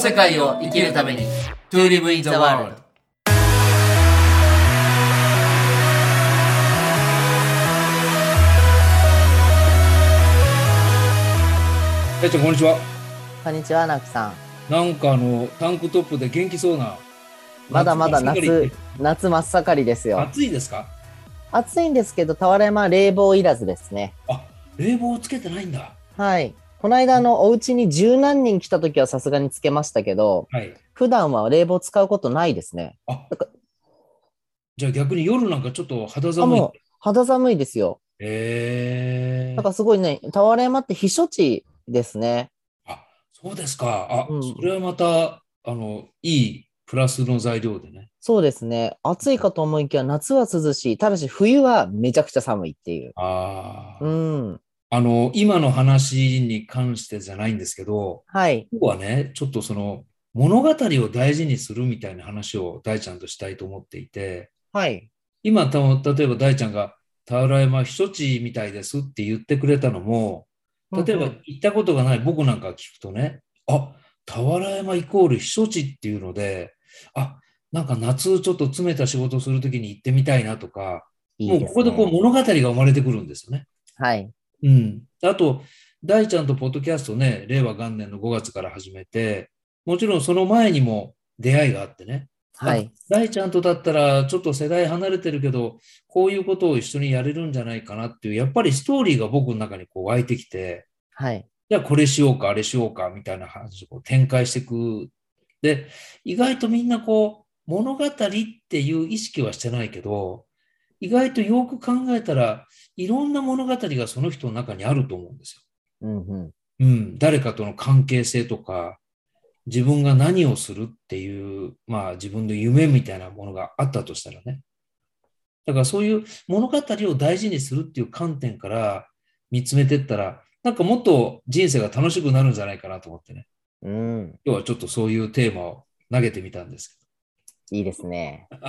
世界を生きるために To live in the world えちゃんこんにちはこんにちは、なきさん。なんかあのタンクトップで元気そうなまだまだ真っ盛り夏、夏真っ盛りですよ。暑いですか暑いんですけど、俵山は冷房いらずですね。冷房つけてないんだはい。この間あのお家に十何人来た時はさすがにつけましたけど、はい普段は冷房使うことないですね。あなんかじゃあ逆に夜なんかちょっと肌あ、寒いもう肌寒いですよ。ええなんかすごいね、俵山って避暑地ですね。あそうですかあ、うんそれはまたあのいいプラスの材料でねそうですね。暑いかと思いきや夏は涼しい。ただし冬はめちゃくちゃ寒いっていう。あー、うん。あの今の話に関してじゃないんですけどはい。今日はねちょっとその物語を大事にするみたいな話を大ちゃんとしたいと思っていてはい。今た例えば大ちゃんが「田浦山避暑地みたいです」って言ってくれたのも例えばうん行ったことがない僕なんか聞くとねあ田原山イコール避暑地っていうのであなんか夏ちょっと詰めた仕事するときに行ってみたいなとかいいもでうこすこでねこう物語が生まれてくるんですよね。はい。うん、あと大ちゃんとポッドキャストね令和元年の5月から始めてもちろんその前にも出会いがあってねはい。大ちゃんとだったら、ちょっと世代離れてるけど、こういうことを一緒にやれるんじゃないかなっていう、やっぱりストーリーが僕の中にこう湧いてきて、はい。じゃあこれしようか、あれしようか、みたいな話をこう展開していく。で、意外とみんなこう、物語っていう意識はしてないけど、意外とよく考えたらいろんな物語がその人の中にあると思うんですよ。うんうん。うん、誰かとの関係性とか、自分が何をするっていう、まあ自分の夢みたいなものがあったとしたらね。だからそういう物語を大事にするっていう観点から見つめてったら、なんかもっと人生が楽しくなるんじゃないかなと思ってね。うん。今日はちょっとそういうテーマを投げてみたんですいいですね。けど。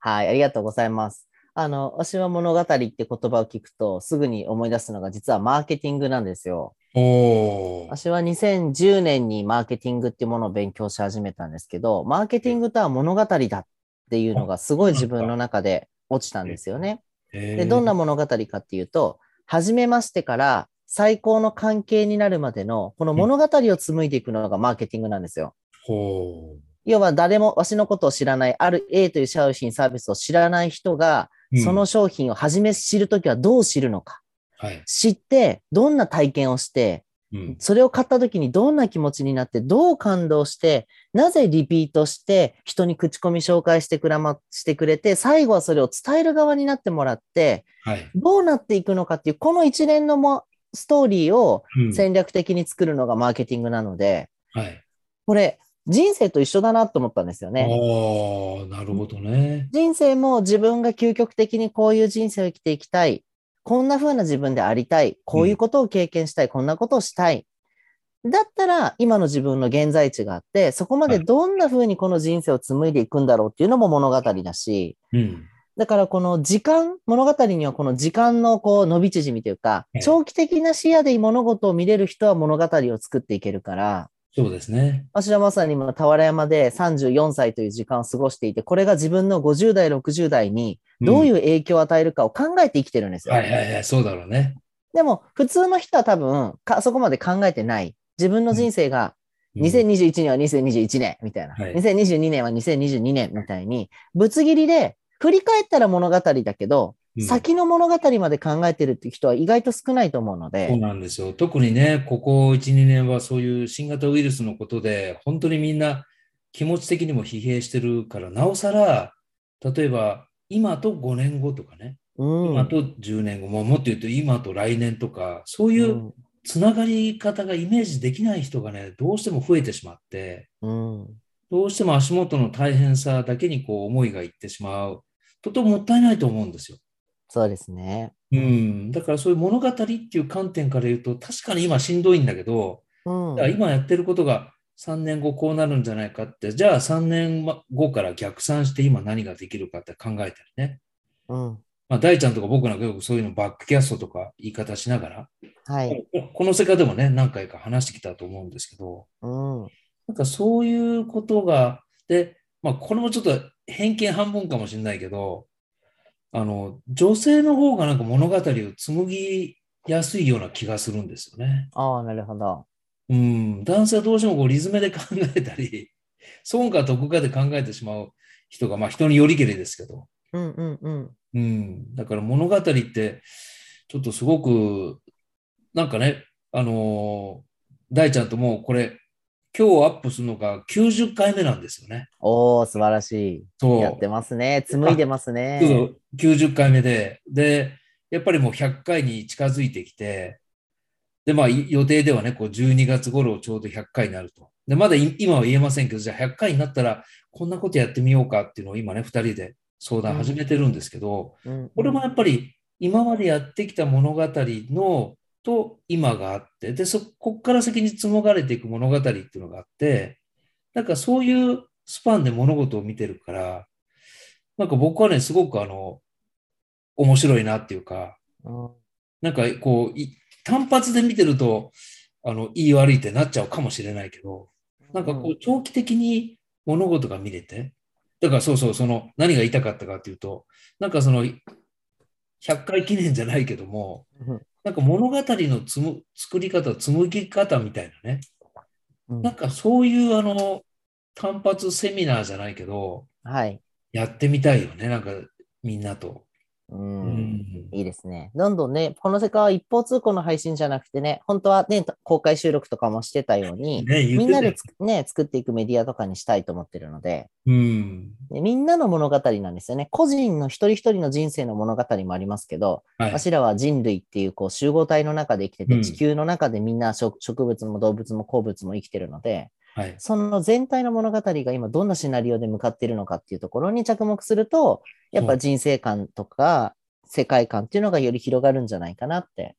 はい、ありがとうございます。あの、私は物語って言葉を聞くと、すぐに思い出すのが実はマーケティングなんですよ。おー。私は2010年にマーケティングっていうものを勉強し始めたんですけど、マーケティングとは物語だっていうのがすごい自分の中で落ちたんですよね。で、どんな物語かっていうと、初めましてから最高の関係になるまでの、この物語を紡いでいくのがマーケティングなんですよ。ほ要は誰もわしのことを知らない、ある A という商品サービスを知らない人が、うその、商品を初め知るときはどう知るのか。うんはい。知って、どんな体験をして、うん。それを買ったときにどんな気持ちになって、どう感動して、なぜリピートして、人に口コミ紹介してくらま、してくれて、最後はそれを伝える側になってもらって、はい。どうなっていくのかっていう、この一連のもストーリーをうん戦略的に作るのがマーケティングなので、はい。これ、人生と一緒だなと思ったんですよね。おー、なるほどね。人生も自分が究極的にこういう人生を生きていきたい。こんな風な自分でありたい。こういうことを経験したい。こんなことをしたい。だったら、今の自分の現在地があって、そこまでどんな風にこの人生を紡いでいくんだろうっていうのも物語だし、うん。だからこの時間、物語にはこの時間のこう伸び縮みというかうん、長期的な視野で物事を見れる人は物語を作っていけるから、そうですね。私はまさに今、俵山で34歳という時間を過ごしていて、これが自分の50代、60代にどういう影響を与えるかを考えて生きてるんですよ。はいはいはい、そうだろうね。でも、普通の人は多分か、そこまで考えてない。自分の人生が、うん2021年は2021年みたいな、はい2022年は2022年みたいに、ぶつ切りで、振り返ったら物語だけど、うん先の物語まで考えてるって人は意外と少ないと思うのそうで、なんですよ。特にね、ここ1、2年はそういう新型ウイルスのことで、本当にみんな気持ち的にも疲弊してるから、なおさら、例えば今と5年後とかね、うん。今と10年後、まあもっと言うと今と来年とか、そういううつながり方がイメージできない人がね、どうしても増えてしまって、んうんどうしても足元の大変さだけにこう思いがいってしまう。とてももったいないと思うんですよ。そうですね。うん、だからそういう物語っていう観点から言うと、確かに今しんどいんだけど、うんだから今やってることが3年後こうなるんじゃないかって、じゃあ3年後から逆算して今何ができるかって考えたりね。うんまあ、大ちゃんとか僕なんかよくそういうのバックキャストとか言い方しながら、はい。ここの世界でもね、何回か話してきたと思うんですけど、うん。なんかそういうことが、で、まあ、これもちょっと偏見半分かもしれないけど、あの、女性の方がなんか物語を紡ぎやすいような気がするんですよね。ああ、なるほど。うん、男性はどうしてもこうリズムで考えたり、 損か得かで考えてしまう人が、まあ人によりけりですけど、うんうんうん。うん、だから物語って、ちょっとすごく、なんかね、あのー大ちゃんともうこれ、今日アップするのが90回目なんですよね。おお、素晴らしそい。う。やってますね。紡いでますね。そう90回目で、で、やっぱりもう100回に近づいてきて、で、まあい予定ではね、こう12月頃ちょうど100回になると。で、まだい今は言えませんけど、じゃあ100回になったら、こんなことやってみようかっていうのを今ね、2人で相談始めてるんですけど、うんこれもやっぱり今までやってきた物語のと今があって、で、そこっから先に紡がれていく物語っていうのがあって、なんかそういうスパンで物事を見てるから、なんか僕はね、すごくあの、面白いなっていうか、うんなんかこう、い単発で見てると、あの、言い悪いってなっちゃうかもしれないけど、なんかこう、長期的に物事が見れて、だからそうそう、その、何が言いたかったかっていうと、なんかその、100回記念じゃないけども、うんなんか物語のつむ作り方、紡ぎ方みたいなね、うんなんかそういうあの、単発セミナーじゃないけど、はい。やってみたいよね、なんかみんなと。う。うんん。いいですね。どんどんね、この世界は一方通行の配信じゃなくてね、本当はね、公開収録とかもしてたように、ね、言みっんてたなよでつくね、作っていくメディアとかにしたいと思ってるので、うん。でみんなの物語なんですよね。個人の一人一人の人生の物語もありますけど、はい私らは人類っていうこう集合体の中で生きてうて、ん地球の中でみんな植植物も動物も鉱物も生きてるので、はい。その全体の物語が今どんなシナリオで向かっているのかっていうところに着目すると、やっぱ人生観とか世界観っていうのがより広がるんじゃないかなって。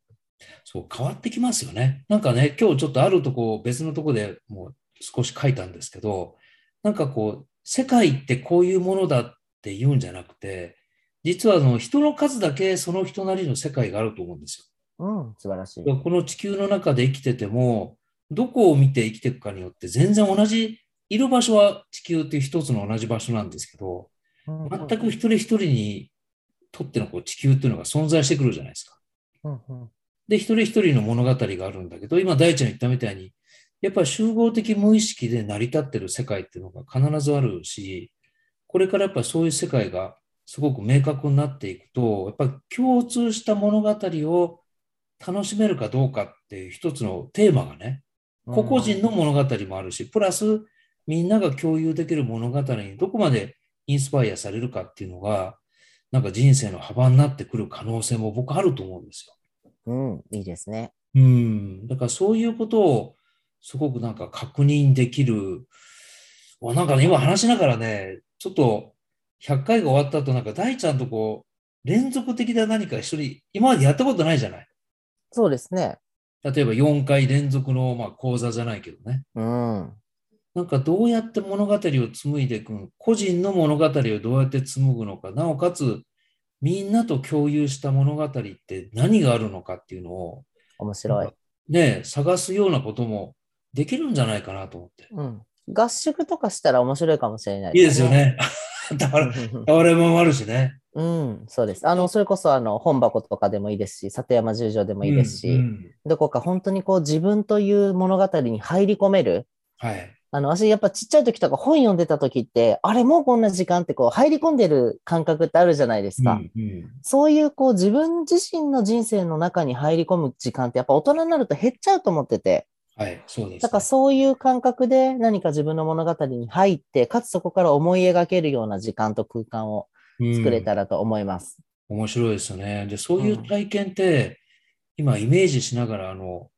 そう、変わってきますよね。なんかね、今日ちょっとあるとこ、別のとこでもう少し書いたんですけど、なんかこう、世界ってこういうものだって言うんじゃなくて、実はその人の数だけその人なりの世界があると思うんですうん、素晴らしい。よ。この地球の中で生きてても、どこを見て生きていくかによって全然同じ、いる場所は地球っていう一つの同じ場所なんですけど、うん全く一人一人にとってのこう地球っていうのが存在してくるじゃないですか。うんうんで、一人一人の物語があるんだけど、今、大ちゃん言ったみたいに、やっぱり集合的無意識で成り立ってる世界っていうのが必ずあるし、これからやっぱりそういう世界がすごく明確になっていくと、やっぱり共通した物語を楽しめるかどうかっていう一つのテーマがね、個々人の物語もあるし、プラスみんなが共有できる物語にどこまでインスパイアされるかっていうのが、なんか人生の幅になってくる可能性も僕あると思うんですよ。うん、いいですね。うん、だからそういうことをすごくなんか確認できる。わなんかね、今話しながらね、ちょっと100回が終わった後、なんか大ちゃんとこう、連続的な何か一緒に、今までやったことないじゃない。そうですね。例えば4回連続の、まあ、講座じゃないけどね。うん。なんかどうやって物語を紡いでいくの個人の物語をどうやって紡ぐのか、なおかつみんなと共有した物語って何があるのかっていうのを、面白い。ねえ、探すようなこともできるんじゃないかなと思って。うん。合宿とかしたら面白いかもしれないいいですよ。ね。 だから、倒れもあるしね。 うん、そうです。あの、それこそ、あの、本箱とかでもいいですし、里山十条でもいいですし、うんうんどこか本当にこう、自分という物語に入り込める。はい。あの、私、やっぱちっちゃい時とか本読んでた時って、あれ、もうこんな時間ってこう、入り込んでる感覚ってあるじゃないですか。うんうんそういうこう、自分自身の人生の中に入り込む時間って、やっぱ大人になると減っちゃうと思ってて。はい、そうです、だからそういう感覚で何か自分の物語に入って、かつそこから思い描けるような時間と空間を作れうんたらと思います。面白いですよね。で、そういう体験って、今イメージしながら、あの、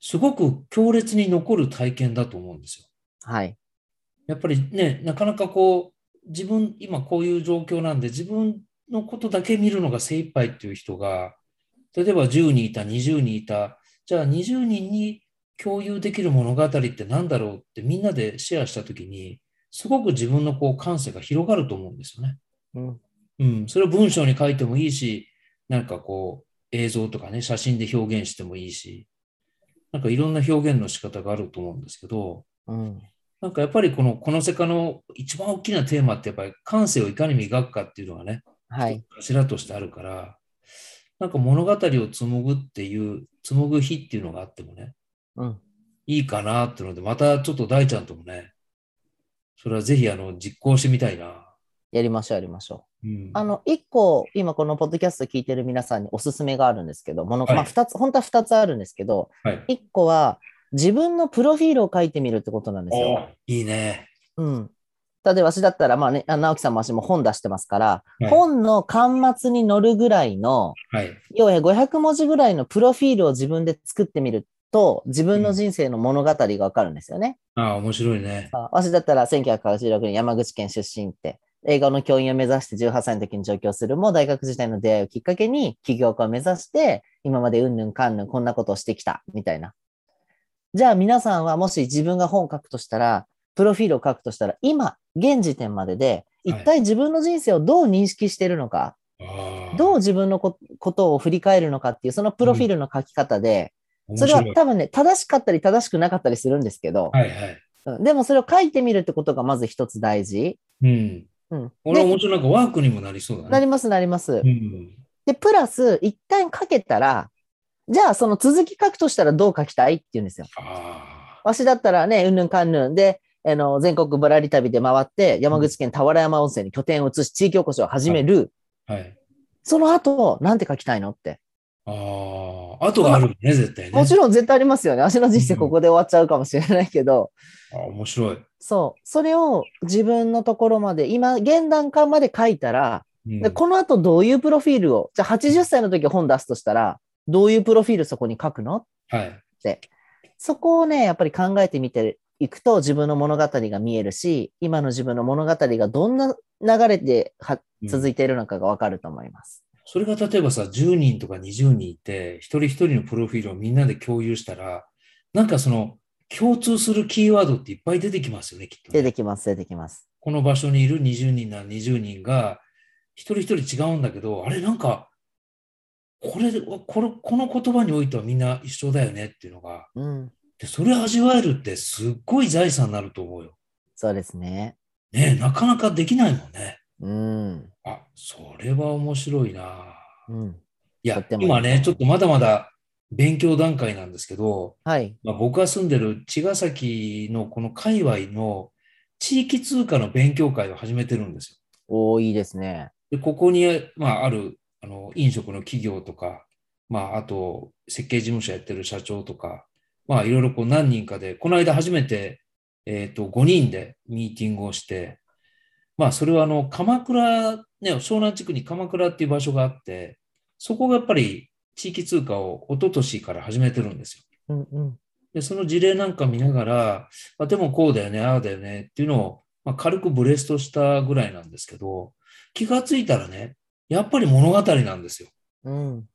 すごく強烈に残る体験だと思うんですよ。はい。やっぱりね、なかなかこう、自分、今こういう状況なんで、自分のことだけ見るのが精一杯っていう人が、例えば10人いた、20人いた、じゃあ20人に共有できる物語って何だろうってみんなでシェアしたときに、すごく自分のこう感性が広がると思うんですよね。うんうん、それを文章に書いてもいいし、なんかこう、映像とかね、写真で表現してもいいし、なんかいろんな表現の仕方があると思うんですけど、うん。なんかやっぱりこの、この世界の一番大きなテーマって、やっぱり感性をいかに磨くかっていうのがね、はい。柱としてあるから、なんか物語を紡ぐっていう、紡ぐ日っていうのがあってもね、うん。いいかなってので、またちょっと大ちゃんともね、それはぜひあの実行してみたいな。やりましょう、やりましょうんう。あの、一個、今このポッドキャスト聞いてる皆さんにおすすめがあるんですけど、もの、はいまあ、二つ、本当は二つあるんですけど、はい、一個は、自分のプロフィールを書いてみるってことなんですよ。いいね。うん。例えば、私だったら、まあね、あ直樹さんも私も本出してますから、はい本の巻末に載るぐらいの、はい。要は500文字ぐらいのプロフィールを自分で作ってみると、自分の人生の物語がわかるんですよね。ああ、面白いね。あ私だったら、1986年山口県出身って、映画の教員を目指して18歳の時に上京するも、大学時代の出会いをきっかけに、起業家を目指して、今までうんぬんかんぬんこんなことをしてきた、みたいな。じゃあ皆さんはもし自分が本を書くとしたら、プロフィールを書くとしたら、今、現時点までで、はい一体自分の人生をどう認識しているのか、ああどう自分のこことを振り返るのかっていう、そのプロフィールの書き方で、それは面白い多分ね、正しかったり正しくなかったりするんですけど、はいはい。うんでもそれを書いてみるってことがまず一つ大事。うん。うん、俺はで面白い。なんかワークにもなりそうだね。なります、なります。うん。で、プラス、一旦書けたら、じゃあその続き書くとしたらどう書きたいって言うんですよ。あわしだったらね、うんぬんかんぬんで、あの、全国ぶらり旅で回って、山口県俵山温泉に拠点を移し、地域おこしを始める。あ。はい。その後、なんて書きたいのって。ああ。あとがあるよね、絶対ね。もちろん絶対ありますよね。私の人生うんここで終わっちゃうかもしれないけど、ああ面白い。そう。それを自分のところまで、今、現段階まで書いたら、うんで、この後どういうプロフィールを、じゃあ80歳の時本出すとしたら、どういうプロフィールそこに書くのはい。そこをね、やっぱり考えてみていくと自分の物語が見えるし、今の自分の物語がどんな流れではうん続いているのかがわかると思います。それが例えばさ、10人とか20人いて、一人一人のプロフィールをみんなで共有したら、なんかその共通するキーワードっていっぱい出てきますよね、きっとね、出てきます、出てきます。この場所にいる20人なら20人が、一人一人違うんだけど、あれなんか、これ、これ、この言葉においてはみんな一緒だよねっていうのが、うん。でそれ味わえるってすっごい財産になると思うよ。そうですね。ねえなかなかできないもんね。うん。あ、それは面白いな。うん。いとやっ、てもいい今ね、ちょっとまだまだ勉強段階なんですけど、はい。まあ、僕が住んでる茅ヶ崎のこの界隈の地域通貨の勉強会を始めてるんですおー、いいですね。よ。でここに、まあ、あるあの飲食の企業とか、まあ、あと設計事務所やってる社長とか、まあ、いろいろこう何人かで、この間初めて、えっと5人でミーティングをして、まあ、それはあの鎌倉、ね、湘南地区に鎌倉っていう場所があって、そこがやっぱり地域通貨を一昨年から始めてるんですうよ。んうん。で、その事例なんか見ながら、あ、でもこうだよね、ああだよねっていうのを、まあ、軽くブレストしたぐらいなんですけど、気がついたらね、やっぱり物語なんですよ。うん。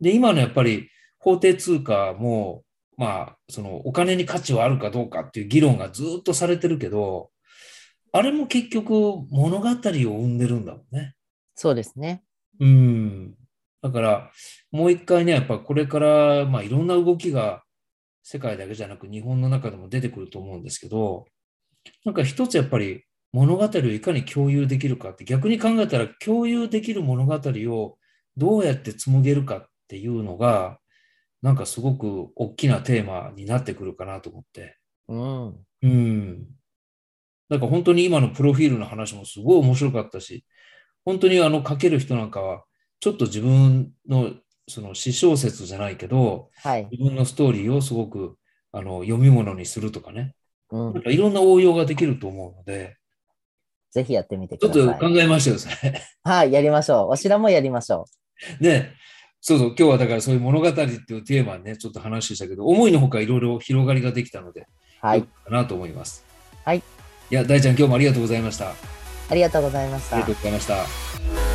で、今のやっぱり法定通貨も、まあ、そのお金に価値はあるかどうかっていう議論がずっとされてるけど、あれも結局物語を生んでるんだもんね。そうですね。うん。だから、もう一回ね、やっぱこれから、まあ、いろんな動きが世界だけじゃなく日本の中でも出てくると思うんですけど、なんか一つやっぱり物語をいかに共有できるかって逆に考えたら共有できる物語をどうやって紡げるかっていうのが、なんかすごく大きなテーマになってくるかなと思って。うん。うん。なんか本当に今のプロフィールの話もすごい面白かったし、本当にあの書ける人なんかは、ちょっと自分のその私小説じゃないけど、はい。自分のストーリーをすごくあの読み物にするとかね、うんなん。かいろんな応用ができると思うので、ぜひやってみてちくょっだとさ考い。えましたよ、それ。 はい、やりましょう。わしらもやりましょで、そうそう、今日はだからそういう物語っていうテーマにね、ちょっと話したけど、思いのほかいろいろ広がりができたので、う。はい。よかったなと思います。はい。いや、大ちゃん、今日もありがとうございました。あありがとうございましたりがと。うございました。